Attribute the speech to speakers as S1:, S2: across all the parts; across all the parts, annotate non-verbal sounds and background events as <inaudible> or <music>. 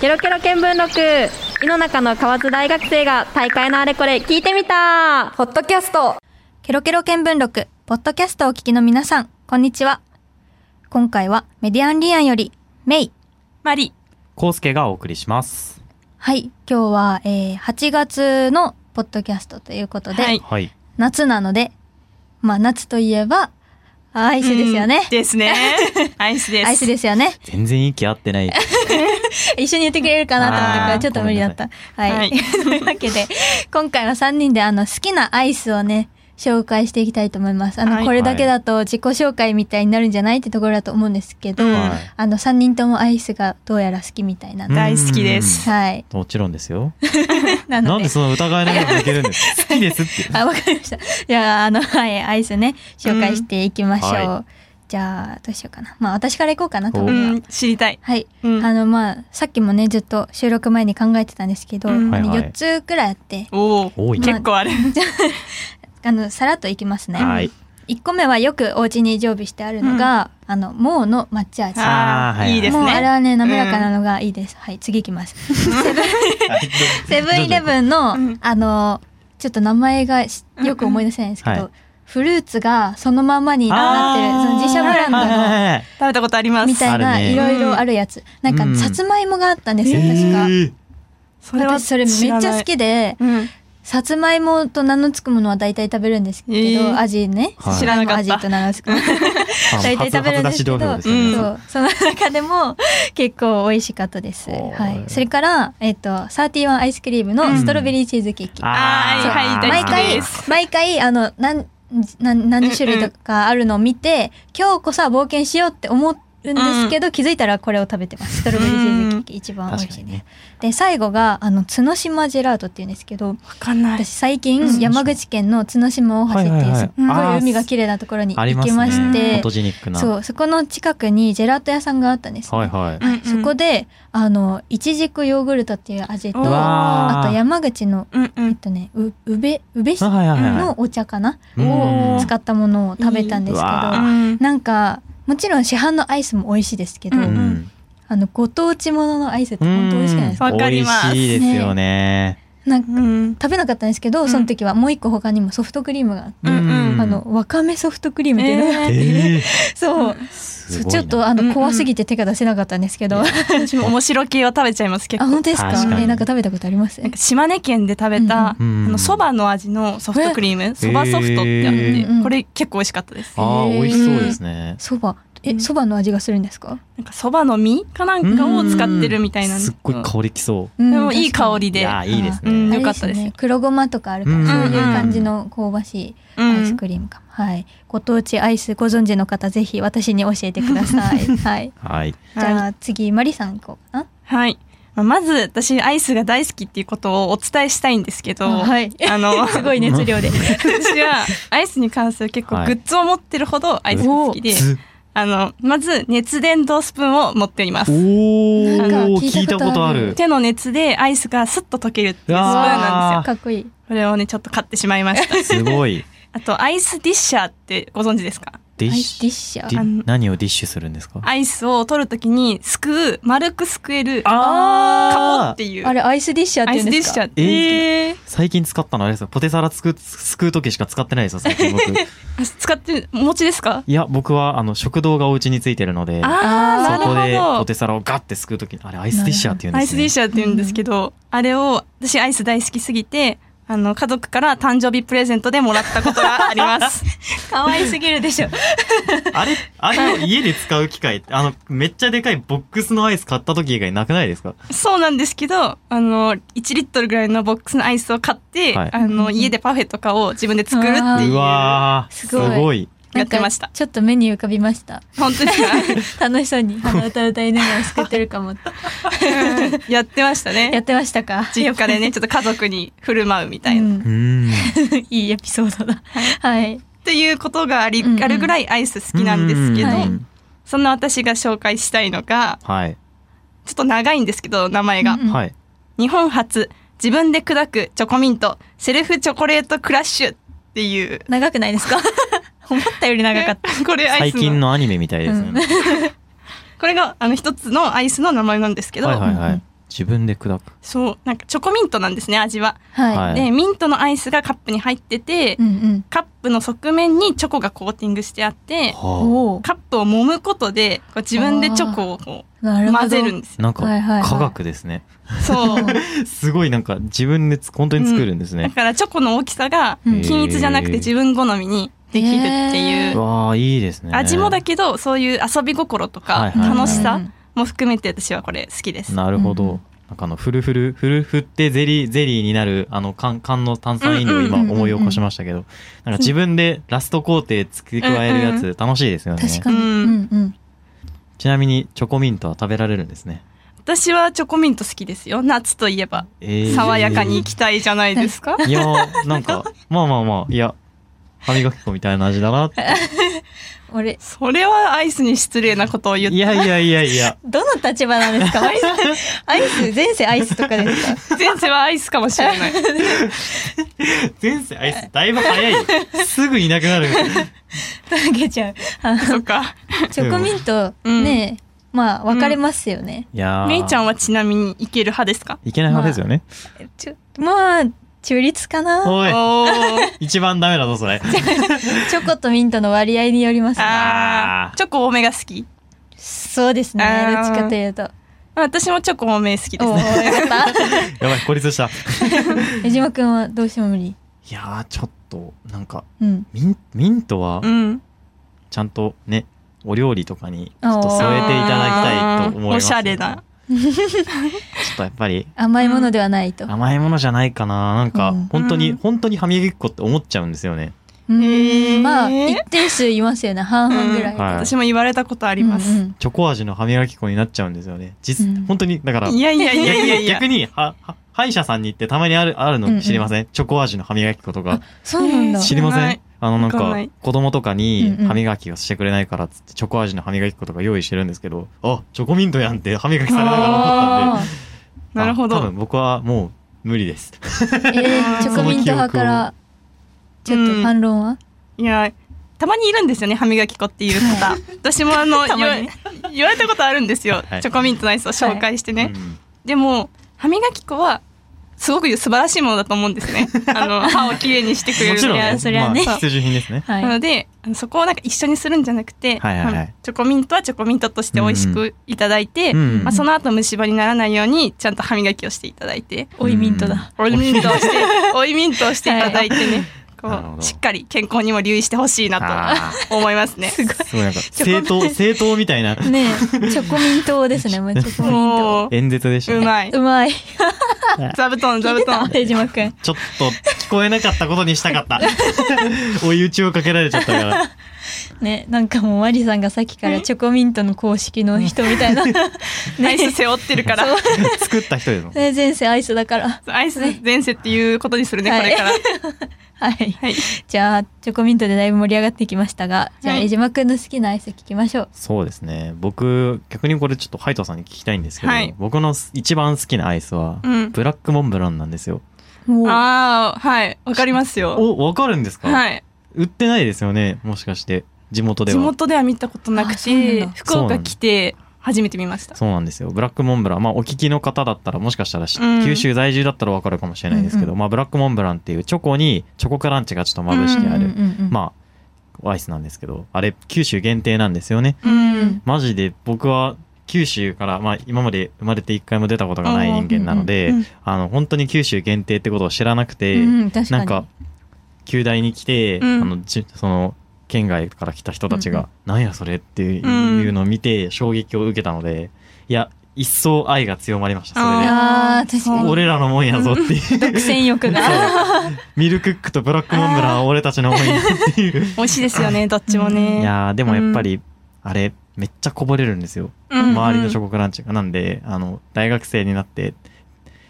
S1: ケロケロ見聞録井の中の河津大学生が大会のあれこれ聞いてみた
S2: ポッドキャスト
S3: ケロケロ見聞録、ポッドキャストをお聞きの皆さん、こんにちは。今回はメディアンリアンより、メイ。
S4: マリ。
S5: コウスケがお送りします。
S3: はい、今日は、えー8月のポッドキャストということで、
S4: はい
S5: はい。
S3: 夏なので、まあ夏といえば、アイスですよね
S4: うん。で
S3: <laughs>
S4: すね。アイスです。
S3: アイスですよね。
S5: 全然息合ってない。
S3: 一緒に言ってくれるかなと思ったから、ちょっと無理だった。はい。
S4: はい
S3: <laughs> というわけで、今回は3人であの好きなアイスをね、紹介していきたいと思います。あの、
S4: はい
S3: これだけだと自己紹介みたいになるんじゃないってところだと <laughs> 思うんですけど、
S4: うん
S5: はい
S3: <laughs> あの、3人ともアイスがどうやら好きみたいなんで。
S4: 大好きです。
S3: はい。
S5: もちろんですよ。
S3: な
S5: な
S3: の
S5: ん
S3: で。
S5: でその疑いながら抜けるん
S3: <laughs>
S5: です好きですって。
S3: あ、わかりました。じゃあ、あの、はい、アイスね、紹介していきましょう。
S5: うんは
S3: じゃあ、どうしようかな。まあ、私からいこうかなと
S4: う
S3: 思います。
S4: ん、知りたい。
S3: はい。
S4: うん
S3: あの、まあ、さっきもね、ずっと収録前に考えてたんですけど、
S4: うん
S3: あの
S5: はいはい
S3: 4つくらいあって、
S4: おお。
S5: 多いね
S4: 結。構ある。
S3: あの、さらっといきますね。
S5: はい。
S3: 1個目はよくお家に常備してあるのが、あの、もうの抹茶味。
S4: あ
S5: <laughs> あーは
S4: あ、
S5: い
S4: いいです
S3: もうあれ
S4: ね。
S3: はね、滑らかなのがいいです。はい、次いきます。セブンイレ
S5: ン。
S3: ブンの、
S4: うん
S3: あの、ちょっと名前がしよく思い出せないんですけど、
S5: うんうんはい
S3: フルーツがそのままになってる、
S4: あー
S3: その自社ブラン
S5: はいはい
S3: ドの、
S5: はいはい
S4: 食べたことありま
S3: み
S4: す。
S3: たい
S5: あ
S3: な
S5: るね
S3: いろいろあるやつ。なんか、
S5: うん
S3: さつまいもがあったんですよ、
S5: え
S3: 確か。
S5: ー
S4: それは
S3: 私それめっちゃ好
S4: 知
S3: きで、
S4: らない。うん。
S3: さつまいもと名の付くものは大体食べるんですけど、
S4: えー
S3: 味ね。
S5: はい
S3: 知らなかった味と名の付くもの。
S5: あ
S3: 大体食べるんですけど
S5: 初初出し土俵ですよね
S4: うん
S3: そうその中でも結構美味しかったです。
S5: おー
S3: はい。それから、えっ、と、サーティワンアイスクリームのストロベリーチーズケーキ。
S5: あ
S4: あ
S5: ー
S4: ーはい
S3: 毎
S4: 大好き
S3: 回
S4: です
S3: 毎回あの何何何種類とかあるのを見て、今日こそは冒険しようって思うんですけど、気づいたらこれを食べてますストロベリーチーズケーキ一番美味しい
S5: 確か
S3: で
S5: に
S3: す
S5: ね。
S3: で最後があの角島ジェラートっていうんですけど
S4: わかんない。
S3: 私最近山口県の角島大橋って
S5: はいはい
S3: いう
S5: はい
S3: すっごい海が綺麗なところに
S5: あり
S3: 行
S5: ま
S3: き
S5: す
S3: まし
S5: ね。フ
S3: て
S5: ォトジェニックな。
S3: そうそこの近くにジェラート屋さんがあったんですね、
S5: はいはい。
S4: うんうん
S3: そこであのいちじくヨーグルトっていう味と
S4: う
S3: あ
S5: わー
S3: と山口の
S4: うんう
S3: えっ
S4: ん。
S3: とねう宇部宇部市
S5: あはいはいはい
S3: のお茶かな
S5: うん
S3: を使ったものを食べたんですけど
S5: うわ
S4: うん
S3: なんかもちろん市販のアイスも美味しいですけど、
S4: う
S5: うんん。
S3: あのご当地もののアイスって本当美味しくないですか
S4: わかります
S5: 美味しいですよね。
S3: なんか
S4: うん。
S3: 食べなかったんですけどその時はもう一個他にもソフトクリームが、
S4: うんうん
S3: あのわかめソフトクリームっていうのが、
S4: えー
S5: えー
S3: <laughs> そう
S5: すごいな
S3: ちょっとあ
S4: うんう
S3: の
S4: ん
S3: 怖すぎて手が出せなかったんですけど、あ
S4: 私も面白系は食べちゃいます結構。
S3: 本当ですか
S5: 確かに
S3: えなんか食べたことあります
S4: なんか島根県で食べた、
S5: うんうん
S4: あのそばの味のソフトクリーム、そばソフトってあって、
S3: へー
S4: これ結構美味しかったです。
S5: ああ、美味しそうですね。
S3: そば
S4: う
S3: え
S4: ん
S3: そばの味がするんですか、
S4: なんかそばの実かなんかを使ってるみたいなんです
S5: っごい香りきそ
S3: うん
S4: でもいい香り
S5: う。い
S4: で、
S5: やー、いいです
S4: う
S5: ね
S4: ん。
S3: あれ
S4: よかったです
S3: ね黒ごまとかあるから、
S5: うん
S3: そういう感じの香ばしいアイスクリームかも、はいご当地アイスご存知の方ぜひ私に教えてくださ
S4: <laughs>
S3: いはい
S5: はい。
S3: じ
S4: はい
S3: ゃあ次マリさん行こうか
S4: はい。まあまず、私、アイスが大好きっていうことをお伝えしたいんですけど、
S3: な
S4: <laughs>
S3: はい
S4: あの、
S3: <laughs> すごい熱量で
S4: <laughs> 私は、アイスに関する結構
S5: はい
S4: グッズを持ってるほどアイスが好きで、
S5: つ
S4: あの、まず、熱伝導スプーンを持っております。
S5: おお
S3: なんか聞
S5: 聞
S3: い
S5: い
S3: た
S5: た
S3: こ
S5: ことと
S3: あ
S5: あ
S3: る
S5: る。
S4: 手の熱でアイスがスッと溶けるっていうスプーンなん
S5: あ
S4: で
S5: ー
S4: すよ。
S3: かっこいい
S4: これをね、ちょっと買ってしまい
S3: <laughs>
S4: ました。
S5: すごい。
S4: あと、アイスディッシャーってご存知ですか
S5: ディ
S3: ア
S5: ッ
S3: イスディ
S5: シ
S3: ッシャー
S5: ュ。デ
S4: あの
S5: ィ何をディッシュするんですか
S4: アイスを取るときに、すくう、丸くすくえる、カモ
S5: あ
S4: っていう、
S3: あれアイスディッシャーっ
S4: ア
S3: て
S4: イ
S3: 言うん
S4: スデ
S3: で
S4: ィッ
S3: す
S4: シ
S3: か
S4: ャーって言うんですけど
S5: 最近使ったのあれですよ。ポテサラすくう、すくう時しか使ってないですよ、最近僕。い
S4: あ使ってる、お餅ですか
S5: や、僕は、あの、食堂がお家についてるので、
S4: あ
S5: そこ
S4: ーな
S5: で
S4: るほ
S5: ポ
S4: ど
S5: テサラをガッてすくう時に、あれ、アイスディッシャーって言うん
S4: ア
S5: で
S4: イス
S5: すね。
S4: ディッシャーって言うんですけど、あれを私アイス大好きすぎてあの家族から誕生日プレゼントでもらったことがあります
S3: 可愛すぎるでしょ
S5: あれ、あれを家で使う機会って、あの、めっちゃでかいボックスのアイス買った時以外なくないですか
S4: そうなんですけどあの1リットルぐらいのボックスのアイスを買って、
S5: はい
S4: あの家でパフェとかを自分で作るって
S3: あー
S4: いう
S5: うわー、
S3: す
S5: す
S3: ごい
S5: ごい。
S4: やってまし
S3: な
S4: た
S3: んかちょっと目に浮かびました
S4: 本当ですか
S3: 楽しそうに鼻歌歌いながら作ってるかも
S4: <laughs>
S3: って
S4: やってまし
S3: <laughs>
S4: た
S3: やっ
S4: ね
S3: てましたか
S4: 実家でねちょっと家族に振る舞うみたいな、
S3: う
S4: っ
S3: ん
S5: うん。
S3: <laughs> いいエピソードだはい
S4: ていうことがあり、
S3: うんうん
S4: あるぐらいアイス好きなんですけど、
S5: う
S3: はい
S5: ん
S4: そんな私が紹介したいのが
S5: はい。
S4: ちょっと長いんですけど名前が、
S3: うんうん
S5: はい。
S4: 日本初自分で砕くチョコミントセルフチョコレートクラッシュっていう
S3: 長くないです
S4: <laughs>
S3: か思ったより長かった
S4: たこれアイ
S5: 最
S4: ス
S5: 近
S4: の
S5: のアニメみたいですね。
S4: これがあの一つのアイスの名前なんですけど、
S5: はいはいはい。自分で砕く。
S4: そうなんかチョコミントなんですね味は、
S3: はい。
S5: はい
S4: でミントのアイスがカップに入ってて、
S3: うんうん。
S4: カップの側面にチョコがコーティングしてあって
S5: は
S3: おお。
S4: カップを揉むことでこう自分でチョコをこ
S3: な
S4: う
S3: るほど。
S4: 混ぜるんです
S5: あ。
S4: よ
S5: なんか、
S3: はいはいはい
S5: 科学ですね。
S4: そう
S5: すごいなんか、自分でつ本当に作るんです
S4: だ
S5: ね。
S4: からチョコの大きさが
S3: うん
S4: 均一じゃなくて自分好みにできるって
S3: へ
S4: いうう
S5: わあいいですね。
S4: 味もだけどそういう遊び心と
S5: はい
S4: か
S5: はいはい
S4: 楽し
S3: う
S4: さ
S3: ん
S4: も含めて私はこれ好きです。
S5: なるほど。
S3: うんうん
S5: なんかあの、ふるふる、ふるふってゼリー、ゼリーになる、あの、缶、缶の炭酸飲料を今
S4: うん
S3: うんうんうん
S5: 思い起こしましたけど、なんか自分でラスト工程付け加えるや
S4: うん
S5: つ楽しいですよね。
S3: 確かに。う
S4: うんん
S3: うん。
S5: ちなみに、チョコミントは食べられるんですね。
S4: 私はチョコミント好きですよ。夏といえば
S5: えー
S4: 爽やかに行きたいじゃないですか。
S5: いやーなんか、まあまあまあ、いや、歯磨き粉みたいな味だな <laughs> って。
S3: 俺、
S4: それはアイスに失礼なことを言っ
S5: い
S4: て
S5: やいやいやいや。
S3: どの立場なんです
S4: <laughs>
S3: かアイス、アイス、前世アイスとかですか
S4: 前世はアイスかもしれない。
S5: 前世アイス、だいぶ早いよ。すぐいなくなる。
S3: 投げちゃう。あの
S4: そっか。
S3: チョコミント、
S4: うん
S3: ね、まあ、分かれますよね。
S5: いやー
S4: めいちゃんはちなみにいける派ですか
S5: いけない派ですよね。
S3: ちょまあ、中立かな。
S5: おい、
S4: おー
S5: 一番ダメだぞ、それ。
S3: チョコとミントの割合によりますね。
S4: あ
S5: あー
S4: ーチョコ多めが好き。
S3: そうですね。ど
S4: あ
S3: っ
S4: ー
S3: ちかというと。
S4: 私もチョコ多め好きです
S3: おお、
S4: ね。
S3: よかった。
S4: <laughs>
S5: やばい、孤立した。
S3: 江島くんはどうしても無理。
S5: いやーちょっとなんか
S3: うん。
S5: ミンミントは
S4: うん。
S5: ちゃんとね、お料理とかにちょっと添えていただきたいと思います、
S4: おしゃれ
S5: <laughs>
S4: な。
S5: ちょっとやっぱり
S3: 甘いものではないと。
S5: 甘いものじゃないかななんか
S3: うん
S5: 本当に、
S4: うん
S5: 本当に歯磨き粉って思っちゃうんですよね
S3: うーんまあ、
S4: えー
S3: 一定数いますよね。半々ぐらい。
S5: うんはい
S4: 私も言われたことあります。
S3: うんうん
S5: チョコ味の歯磨き粉になっちゃうんですよね実、
S3: うん
S5: 本当にだから
S4: いやいやいやいやいや。
S5: 逆に逆にはは歯医者さんに行ってたまにあるある
S3: うんうん
S5: の知りません、チョコ味の歯磨き粉とか
S3: そうなんだ。
S4: あ
S5: 知りませ
S4: 知らなんい
S5: あのな
S4: わ
S5: ん
S4: かん
S5: か
S4: ない
S5: 子供とかに
S3: うんうん
S5: 歯磨きをしてくれないからっつってチョコ味の歯磨き粉とか用意してるんですけどあチョコミントやんって歯磨きされながら思ったんで
S3: あ
S4: なるほ
S5: あ多
S4: ど
S5: 分。僕はもう無理です。
S3: ーえー、チョコミント派から、ちょっと反論はい
S4: や、たまにいるんですよね、歯磨き粉っていう方。 <laughs> 私もあの、
S3: た
S4: 言わ
S3: まに
S4: 言われたことあるんですよ
S5: はい。
S4: チョコミントのアイスを紹介してね
S5: う。ん
S4: でも、歯磨き粉は、すごく素晴らしいものだと思うんですね。あの、歯をきれいにしてくれ
S5: も
S4: る
S5: ちろん
S4: い
S5: ね
S4: やそれはね。
S5: まあ、必需品ですね。
S3: は。
S4: ないので、あのそこをなんか一緒にするんじゃなくて、
S5: はいはいはい
S4: まあチョコミントはチョコミントとして美味しくいただいて、
S5: うん
S4: まあ、その後虫歯にならないようにちゃんと歯磨きをしていただいて、
S5: 追いミントだ。
S4: オイミントをして、オイミントをしていただいてね、
S5: なるほ
S4: こ
S5: ど
S4: う、しっかり健康にも留意してほしいな
S5: あ
S4: と思いますね。
S5: ーすごい
S4: <laughs>
S5: なんか政党政党みたいな
S3: ねえチョコミントです
S5: <laughs>
S3: ね。もうチョコミント。
S4: も
S5: 演説でした
S4: う、う
S5: ね。
S4: まい。
S3: うまい。
S4: 座布団、座布団。
S3: 江島くん。
S5: ちょっと聞こえなかったことにしたか <laughs> った。追い打ちをかけられちゃったから。
S3: ね、なんかもうマリさんがさっきからチョコミントの公式の人み
S4: <laughs>
S3: たいな。
S4: アイス背負ってるから、
S5: 作った人ですもん。
S3: ね前世アイスだから。
S4: アイス前世っていうことにするね、
S3: はい
S4: これから。
S3: はい。
S4: はい。
S3: じゃあ、チョコミントでだいぶ盛り上がってきましたが、じゃあ、
S4: はい
S3: 江島くんの好きなアイス聞きましょう。
S5: そうですね。僕逆にこれちょっとハイトさんに聞きたいんですけど、
S4: はい
S5: 僕の一番好きなアイスは、
S4: うん
S5: ブラックモンブランなんですよ。
S3: もう
S4: ああ、はい。わかりますよ。
S5: おわかるんですか、
S4: はい。
S5: 売ってないですよね。もしかして地元で
S4: 地
S5: は。
S4: 元では見たことなく
S3: あそうなんだ
S4: て、福岡来て初めて見ました。
S5: そうなんですよ。ブラックモンブラン。まあ、お聞きの方だったら、もしかしたらし、
S4: うん
S5: 九州在住だったらわかるかもしれないですけど、
S3: うんう
S5: まあ、ブラックモンブランっていうチョコにチョコクランチがちょっとまぶしてある、
S3: うんうんうん、
S5: まあ、アイスなんですけど、あれ、九州限定なんですよね。
S4: う
S3: うん
S4: ん。
S5: マジで僕は、九州から、まあ、今まで生まれて一回も出たことがない人間なの
S4: うん
S5: で、
S4: うんうん
S5: あの、本当に九州限定ってことを知らなくて、
S3: うん、確かに。
S5: なんか、旧大に来て、
S4: うん
S5: あのじその県外から来た人たち
S3: うん
S5: が「なんやそれ」っていう
S4: うん
S5: いうのを見て衝撃を受けたのでいや一層愛が強まりましたそれで。
S3: あー確かに
S5: 俺らのもんやぞっていう、
S3: 独占欲が。
S5: <laughs> ミルクックとブラックモンブランは俺たちのもんやっていう
S4: 美味しいですよね、どっちも
S5: い
S4: ね。
S5: やーでもやっぱり、あれめっちゃこぼれるんですよ周りのチョ
S4: コ。
S5: コクランチがなんであの大学生になって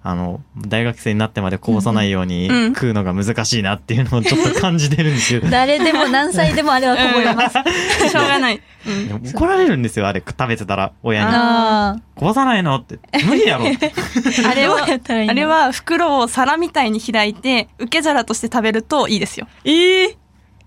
S5: あの大学生になってまでこぼさないように
S4: うん
S5: 食うのが難しいなっていうのをちょっと感じてるんですよ
S3: 誰でも何歳でもあれはこぼれます。
S4: しょうがない。うん
S5: でも怒られるんですよ、あれ、食べてたら、親に。
S3: あー
S5: こぼさないのって、無理
S4: <laughs>
S5: やろ。
S4: あれは
S5: <laughs>
S3: どうやったらいいの
S4: あれは袋を皿みたいに開いて、受け皿として食べるといいですよ。
S5: ええ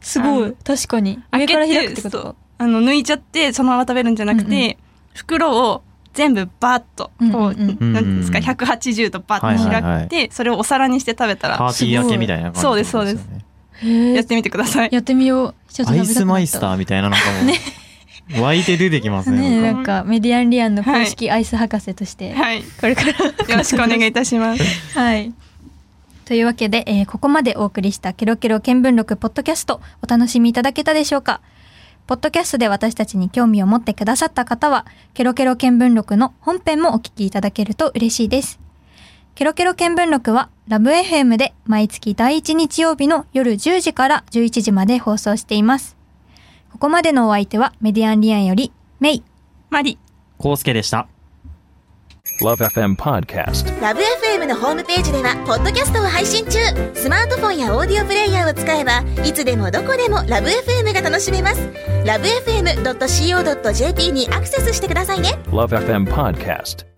S3: すご
S4: あ
S3: い
S4: の。
S3: 確かに。上から開くってこと
S4: そ
S3: か
S4: う。あの、抜いちゃって、そのまま食べるんじゃなくて、
S3: うんう
S4: 袋を全部バーッとこう、
S3: うんうん
S5: うん
S4: なんですか180度バッと
S5: はいはいは
S4: 開いてそれをお皿にして食べた
S5: パー
S4: ら
S5: ティー明けみたいな感じ
S4: そうですそうです
S5: よね
S3: へ
S4: や
S3: え
S4: ってみてくだ
S3: <laughs>
S4: さい。
S3: やってみようちょっと食べたく
S5: アイ
S3: なった
S5: スマイスターみたいな
S4: <laughs>
S5: なんかもう、湧いて出てきますね
S3: ねな
S5: な
S3: ん
S5: か
S3: んかメディアンリアンの公式アイス博士として、
S4: はい、よ
S3: これから
S4: ろしくお願いいたします。
S3: はい。というわけで、えーここまでお送りしたケロケロ見聞録ポッドキャストお楽しみいただけたでしょうかポッドキャストで私たちに興味を持ってくださった方は、ケロケロ見聞録の本編もお聞きいただけると嬉しいです。ケロケロ見聞録はラブ FM で毎月第1日曜日の夜10時から11時まで放送しています。ここまでのお相手はメディアンリアンよりメイ、
S4: マリ
S5: コウスケでした。
S2: Love FM Podcast.
S6: ラブ f m のホームページではポッドキャストを配信中スマートフォンやオーディオプレイヤーを使えばいつでもどこでもラブ f m が楽しめますラブ FM.co.jp にアクセスしてくださいね
S2: Love FM Podcast.